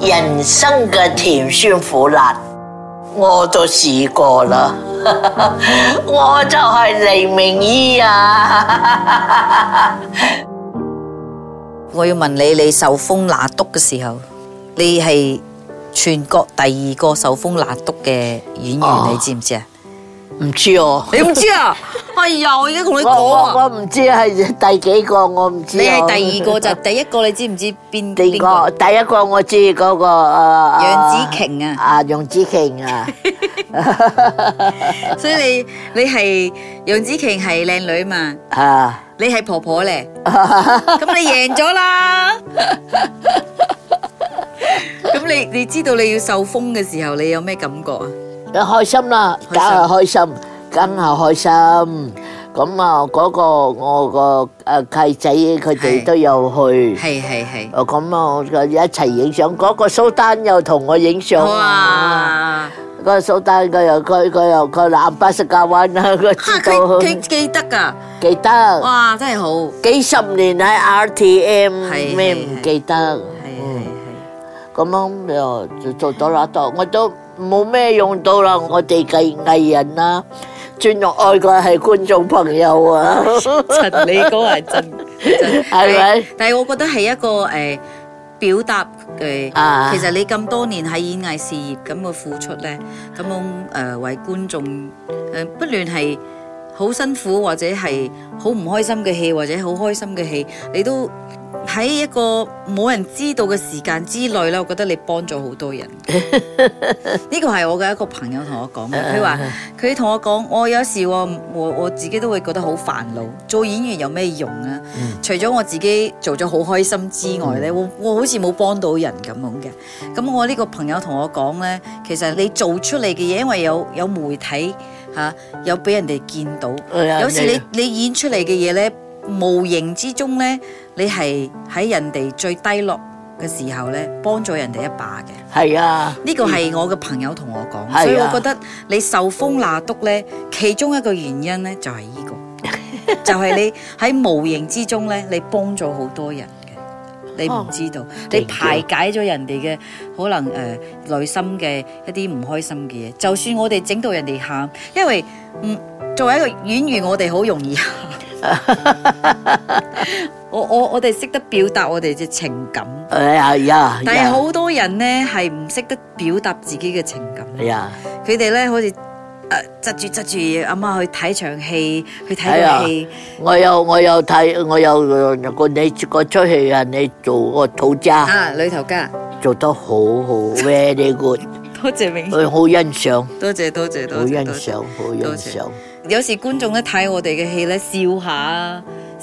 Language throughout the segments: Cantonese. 人生嘅甜酸苦辣，我都試過啦。 我就係黎明姨啊！我要問你，你受封拿督嘅時候，你係全國第二個受封拿督嘅演員，哦你知唔知啊？ 唔知哦， 你唔知啊？哎呀，我而家同你我講我啊，我唔知係第幾個，我唔知你哦。係第二個就第一個，你知唔知邊第邊個啊二個？第一個我知嗰個誒楊紫瓊 啊啊楊紫瓊 啊，所以你你係楊紫瓊係靚女嘛？啊你係婆婆咧， 咁你贏咗啦。 咁你你知道你要受封嘅時候，你有咩感覺啊？開心啦，開心梗係開心，梗係開心。咁啊，嗰個我個誒契仔佢哋係都有去。係係係，哦，咁啊，我就一齊影相。嗰、個蘇丹又同我影相啊！嗰哇！個蘇丹佢又佢佢又佢南巴士教灣啦，佢嚇知佢道佢記得㗎，記得哇！真係好，幾十年喺 RTM 係咩唔記得？係啊係嗯係，咁樣又就做咗啦，多我都冇咩用到啦。我哋嘅藝人啦，尊重愛嘅係觀眾朋友啊，陳李哥係真真係咪？但係我覺得係一個誒表達誒，啊其實你咁多年喺演藝事業咁嘅付出咧，咁樣誒為觀眾誒，不論係好辛苦或者係好唔開心嘅戲，或者好開心嘅戲，你都喺一個冇人知道嘅時間之內咧，我覺得你幫咗好多人。呢個係我嘅一個朋友同我講嘅，佢話佢同我講，我有時我我我自己都會覺得好煩惱，做演員有咩用啊？除咗我自己做咗好開心之外咧，我我好似冇幫到人咁樣嘅。咁我呢個朋友同我講咧，其實你做出嚟嘅嘢，因為有有媒體嚇、有俾人哋見到，係啊有時係你啊你演出嚟嘅嘢咧，無形之中咧，你係喺人哋最低落嘅時候咧，幫咗人哋一把嘅。係啊，呢個係我嘅朋友同我係啊講，所以我覺得你受封拿督呢，其中一個原因呢就係 呢個，就係你喺無形之中呢，你幫咗好多人嘅，你哦唔知道，你排解咗人哋嘅可能誒、呃、內心嘅一啲唔開心嘅嘢，就算我哋整到人哋喊，因為嗯作為一個演員，我哋好容易喊。 我我我哋識得表達我哋嘅情感，哎呀呀，但係好多人呢，係唔識得表達自己嘅情感，呀，佢哋呢，好似誒窒住窒住阿媽去睇場戲，去係睇啊個戲，我有我有睇，我有個你個出戲啊，你做個土家啊女頭家，做得好好，very good，多謝明，我好欣賞，多謝多謝多好欣謝，賞，多謝好欣賞。有時觀眾咧睇我哋嘅戲咧笑下。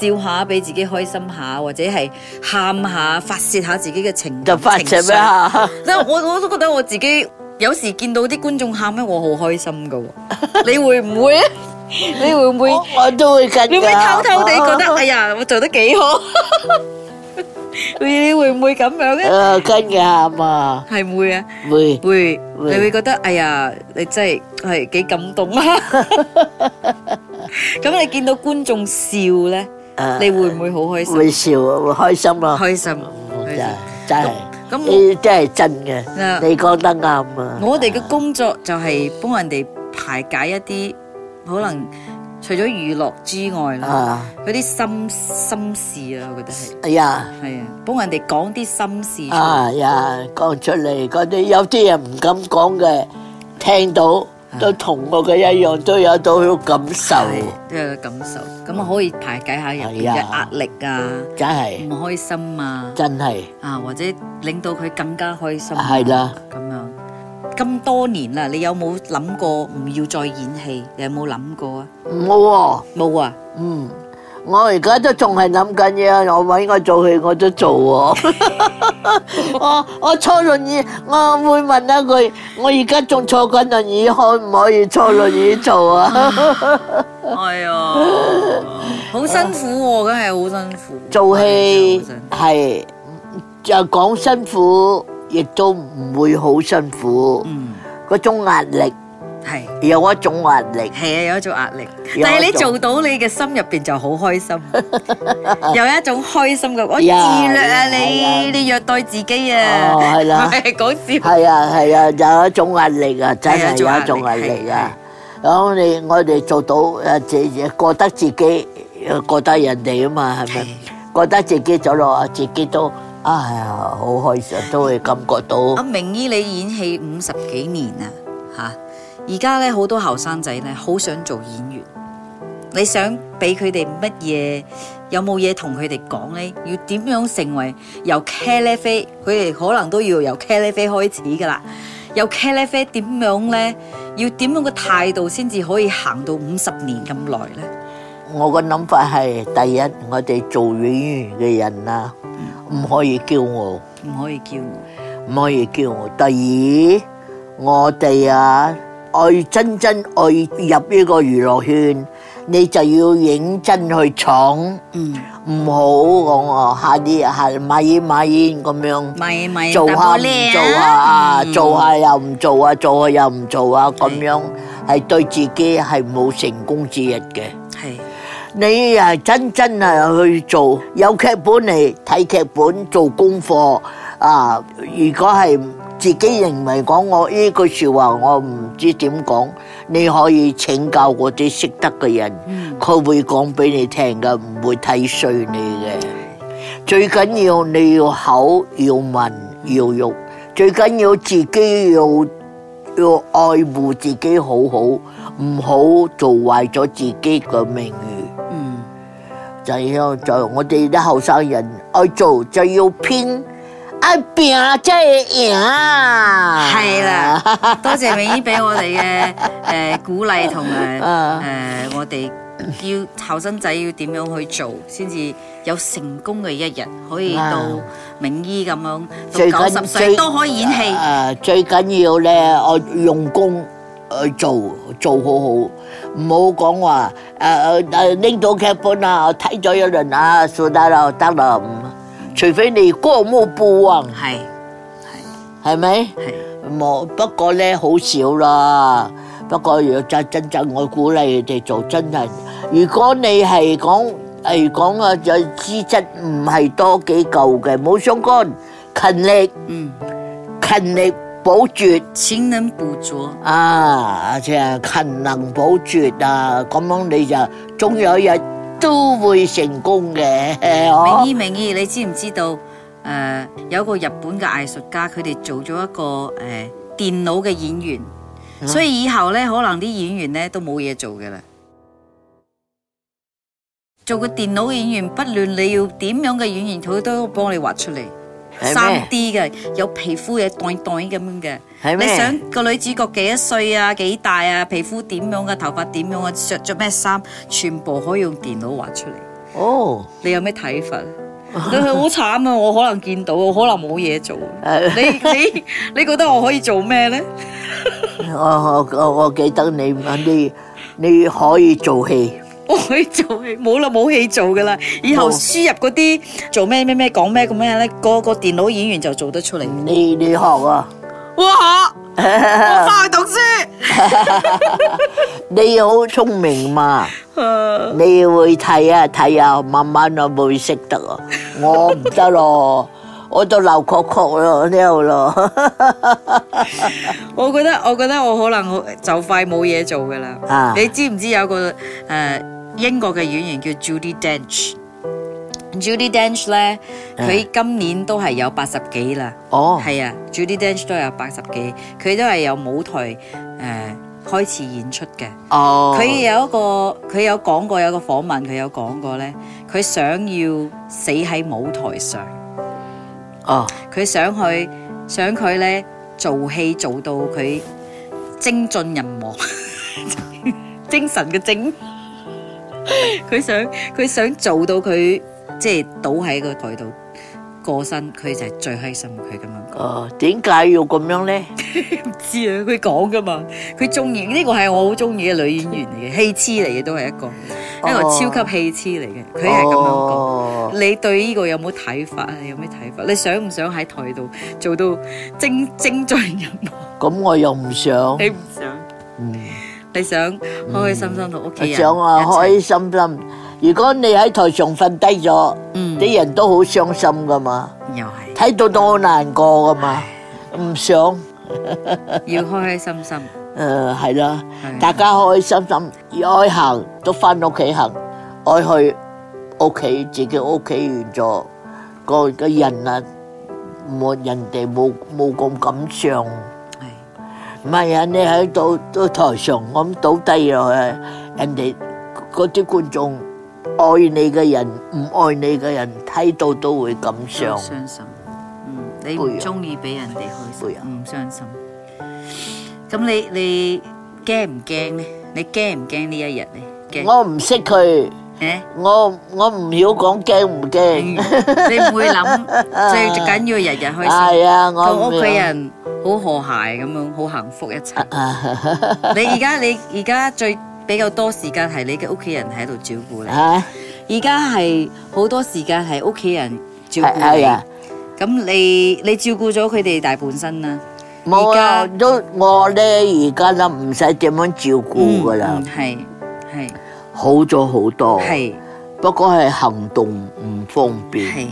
笑下俾自己開心下，或者係喊下發泄下自己嘅情就發情射咩緒啊？即係我我都覺得我自己有時見到啲觀眾喊咧，我好開心 噶喎。你會唔會啊？你會唔會？我我都會跟㗎。你會偷偷地覺得，哎呀，我做得幾好？你會唔會咁樣咧？誒跟嘅喊啊，係唔會啊？會會，會你會覺得，哎呀，你真係係幾感動啊！咁你見到觀眾笑咧，誒你會唔會好開心？會笑啊，會開心咯。開心，開真心係。真係，咁我呢啲真係真嘅，嗱你講得啱啊。我哋嘅工作就係幫人哋排解一啲可能除咗娛樂之外啦，啊，嗰啲心心事啊，我覺得係哎呀係啊，幫人哋講啲心事出嚟。啊呀，講出嚟嗰啲有啲人唔敢講嘅，聽到都同我嘅一樣，都有到有感受，係都有感受，咁啊可以排解下人係哋嘅啊壓力啊、真唔係開心啊，真係啊或者令到佢更加開心啊。係啦。咁樣咁多年啦，你有冇諗過唔要再演戲？你有冇諗過啊？唔好喎。冇啊！嗯，我而家都仲係諗緊嘢，我揾我做戲我都做喎。我我坐輪椅，我會問一句：我而家仲坐緊輪椅，可唔可以坐輪椅做啊？ 哎呀，好辛苦喎，梗係好辛苦。做戲真係好係就講辛苦，亦都唔會好辛苦 Ừ. 辛苦，嗯，嗰種壓力係有一種壓力。係啊，有一種壓力，有一種但係你做到你嘅心入邊就好開 心，有一種開心嘅，我自呀虐啊呀呀你，你虐待自己啊，哦係 啦講笑，係啊係啊，有一種壓力啊，真係有一種壓力啊。咁你我哋做到誒自己覺得自己呃覺得人哋啊嘛，係咪？覺得自己走落，自己都哎呀好開心，都會感覺到阿明姨你演戲五十幾年啦嚇，而家咧好多後生仔咧好想做演員，你想俾佢哋乜嘢？有冇嘢同佢哋講咧？要點樣成為由茄喱啡？佢哋可能都要由茄喱啡開始噶啦。由茄喱啡點樣咧？要點樣嘅態度先至可以行到五十年咁耐咧？我個諗法係第一，我哋做演員嘅人啊，唔可以驕傲。唔可以叫我唔可以叫我。第二，我哋啊，愛真真愛入呢個娛樂圈，你就要認真去闖，嗯，唔好講哦，下啲下買煙買煙咁樣。咪咪做打下玻唔璃做下啊，嗯做下又唔做啊，做下又唔做啊，咁樣係對自己係冇成功之日嘅。嗯係你係真真係去做，有劇本嚟睇劇本做功課啊！如果係自己認為講我呢句説話，我唔知點講，你可以請教嗰啲識得嘅人，佢、會講俾你聽嘅，唔會睇衰你嘅。最緊要你要口要文要肉，最緊要自己要要愛護自己好好，唔好做壞咗自己嘅名譽。嗯就要就我哋啲後生人愛做就要拼，愛拼即係贏。à? 係啦，多謝永姨俾 我哋嘅誒鼓勵同埋誒啊我哋要後生仔要點樣去做，先至有成功嘅一日，可以啊到永姨咁樣最到緊九十最歲都可 à, 以演戲。啊最緊要咧，我用功去做，做好好，唔好講話誒誒拎到劇本啊，我睇咗一輪啊，算得啦，得啦，唔除非你過目不忘，係係咪？係冇，不過咧好少啦。不過若真真真，我鼓勵你哋做真人。如果你係講係講啊，有資質唔係多幾嚿嘅，冇相干，勤力嗯，勤力補拙勤能補拙，啊，即係勤能補拙啊，咁樣你就終有一日都會成功嘅。明哦姨明姨，你知唔知道？誒、有一個日本嘅藝術家，佢哋做咗一個誒、呃、電腦嘅演員，嗯所以以後咧可能啲演員咧都冇嘢做嘅啦。做個電腦演員，不論你要點樣嘅演員，佢都幫你畫出嚟。係咩三 D 嘅，有皮膚嘅，袋袋咁樣嘅。係咩你想個女主角幾多歲啊？幾大啊？皮膚點樣嘅？頭髮點樣啊？着着咩衫？全部可以用電腦畫出嚟。哦，你有咩睇法？你係好慘啊！我可能見到，我可能冇嘢做。你你你覺得我可以做咩咧？我我我我記得你你你可以做戲。 我可以做戲，冇啦，冇戲做噶啦。以後冇輸入嗰啲做咩咩咩講咩咁咩咧，個個電腦演員就做得出嚟。你你學啊， 哇！我翻去讀 書。你好聰明嘛，啊你會睇啊睇啊，慢慢啊會識得啊，我唔得 咯，我都流確確咯，呢度咯，我覺得我覺得我可能好就快冇嘢做噶啦。啊你知唔知有個誒、呃英國嘅演員叫 Judy Dench？Judy Dench 咧，佢今年都係有八十幾啦。啊哦，係啊，Judy Dench 都有八十幾，佢都係由舞台誒、呃、開始演出嘅。哦，佢有一個，佢有講過有個訪問，佢有講過咧，佢想要死喺舞台上，哦，佢想去想佢咧做戲做到佢精盡人亡， 精神嘅精， 佢想佢想做到佢即係倒喺個台度過身，佢就係最開心，佢咁樣講。哦，點解要咁樣咧？知啊，佢講噶嘛，佢中意呢個係我好中意嘅女演員嚟嘅，戲痴嚟嘅都係一個，一個超級戲痴嚟嘅，佢係咁樣講。哦，你對呢個有冇睇法啊？你有咩睇法？你想唔想喺台度做到精精盡人亡？咁我又唔想，嗯你唔想？你想開開心心同屋企人想啊，哎一齊開心心。如果你喺台上瞓低咗，嗯啲人都好傷心噶嘛，又係睇到都好難過噶嘛，唔想要開開心心，誒係啦係，大家開心心，愛行都翻屋企行，愛去屋企自己屋企完咗，個個人啊，冇人哋冇冇咁感傷。唔係係啊！你喺度到台上咁倒低落去，人哋嗰啲觀眾愛你嘅人，唔愛你嘅人睇到都會咁都傷。傷心。嗯，你背唔啊中意俾人哋開背心啊，唔傷心。咁你你驚唔驚呢？你驚唔驚呢一日呢？驚我唔識佢，誒？我我唔曉講驚唔嗯驚。你唔 會諗，最緊要日日開心，係啊，我同唔屋曉 企人好和諧咁樣，好幸福一齊。你而家你而家最比較多時間係你嘅屋企人喺度照顧你。嚇而家係好多時間係屋企人照係顧係啊你，，咁你你照顧咗佢哋大半身啦，冇啊而家都我咧而家都唔使點樣照顧噶啦哦嗯，係係好咗好多。係不過係行動唔方便。係係，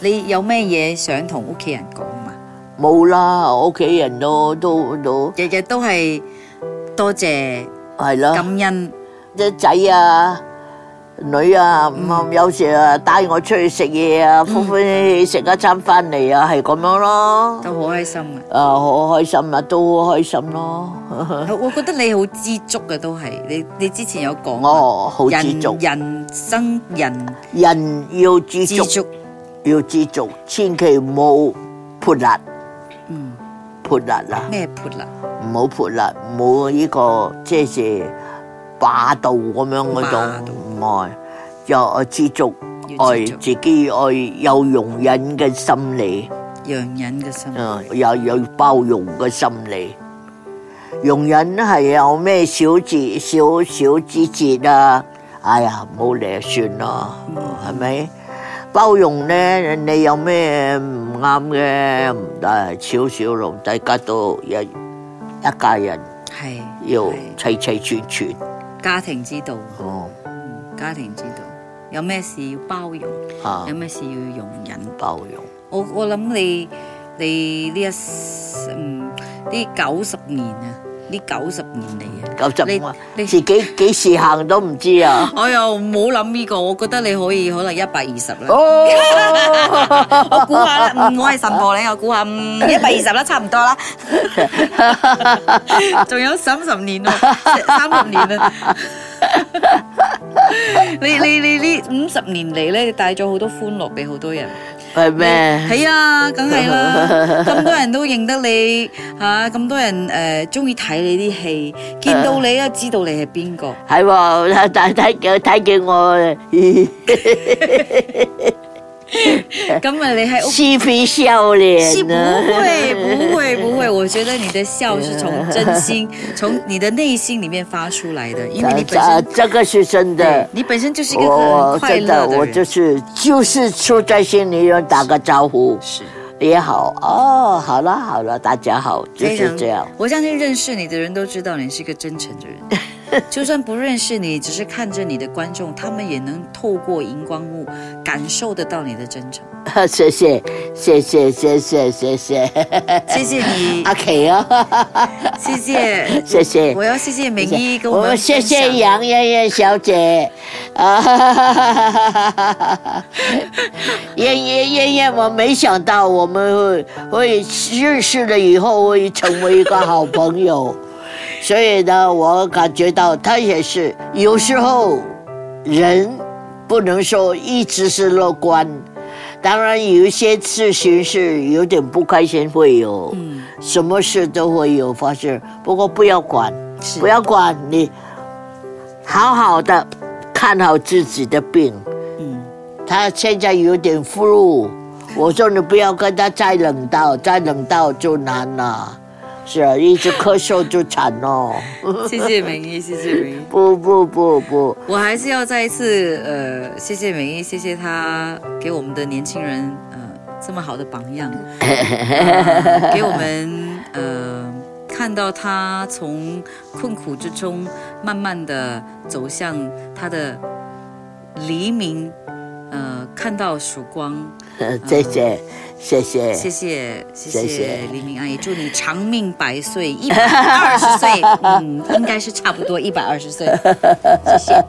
你有咩嘢想同屋企人講嘛？冇啦，屋企人都都都日日都係多謝係啦。感恩，啲仔啊、女啊，咁啊有時啊帶我出去食嘢啊，歡歡喜喜食一餐翻嚟啊，係咁樣咯。都好開心啊！啊，好開心啊，都好開心咯。我覺得你好知足嘅都係，你你之前有講啊，我好知足，人人生人人要知知足，足，要知足，千祈唔好潑辣嗯，潑辣啊，咩潑啦，唔好潑辣，唔好呢個即係霸道咁樣嗰霸道種唔愛，就愛知足，要愛知足，自己愛有容忍嘅心理。讓人嘅心，嗯，有有包容嘅心理，容忍係有咩小節小小之節啊？哎呀，冇理就算咯，係咪？包容咧，你有咩唔啱嘅，唔得少少咯，大家都一一家人係要齊係齊全全，家庭之道，哦，嗯家庭之道，有咩事要包容，啊有，咩事要容忍。包容，我我諗你你呢一 s- 嗯呢九十年啊，呢九十年嚟啊，九十你五啊，你自己幾時行都唔知啊！我又冇諗呢個，我覺得你可以可能一百二十啦。哦，我估下啦，嗯我係神婆你，我估下嗯一百二十啦，差唔多啦。仲有三十年喎，三十年啦。 你你你呢五十年嚟咧，你帶咗好多歡樂俾好多人。係咩？係啊，梗係啦，咁多人都認得你嚇，咁、多人誒中意睇你啲戲，見到你啊，知道你係邊個。係喎， 但睇見睇見我咁啊，你喺屋嬉皮笑是臉不啊！会， 不会，不会。我觉得你的笑是从真心，从你的内心里面发出来的，因为你本啊，身，这个是真的对，你本身就是一个我很快真的乐我人就。是就是说在心里要打个招呼是，也好哦，好了好了，大家好，就非是常这 样。。我相信认识你的人都知道你是一个真诚的 人，就算不认识你，只是看着你的观众，他们也能透过荧光幕感受得到你的真诚。谢谢谢谢谢谢谢谢谢谢你 阿，K 啊，谢谢， 谢谢我。要谢谢明一跟我我们们哦谢分谢享杨艳艳小姐 啊，艳艳艳艳，我没想到我们会会认识了以后会成为一个好朋友，所以呢，我感觉到她也是有时候人不能说一直是乐观。当然，有一些事情是有点不开心，会有，嗯什么事都会有发生。不过不要管，是不要管你，好好的看好自己的病。嗯他现在有点 flu，我说你不要跟他再冷到，再冷到就难了。是啊，一直咳嗽就惨哦。谢谢明一，谢谢明一。不不不不，我还是要再一次呃，谢谢美一，谢谢她给我们的年轻人呃这么好的榜样，呃给我们呃看到他从困苦之中慢慢的走向他的黎明，呃，看到曙光。呃谢谢，谢谢，谢谢，谢谢谢谢黎明阿姨，祝你长命百岁，一百二十岁，嗯，应该是差不多一百二十岁。谢谢。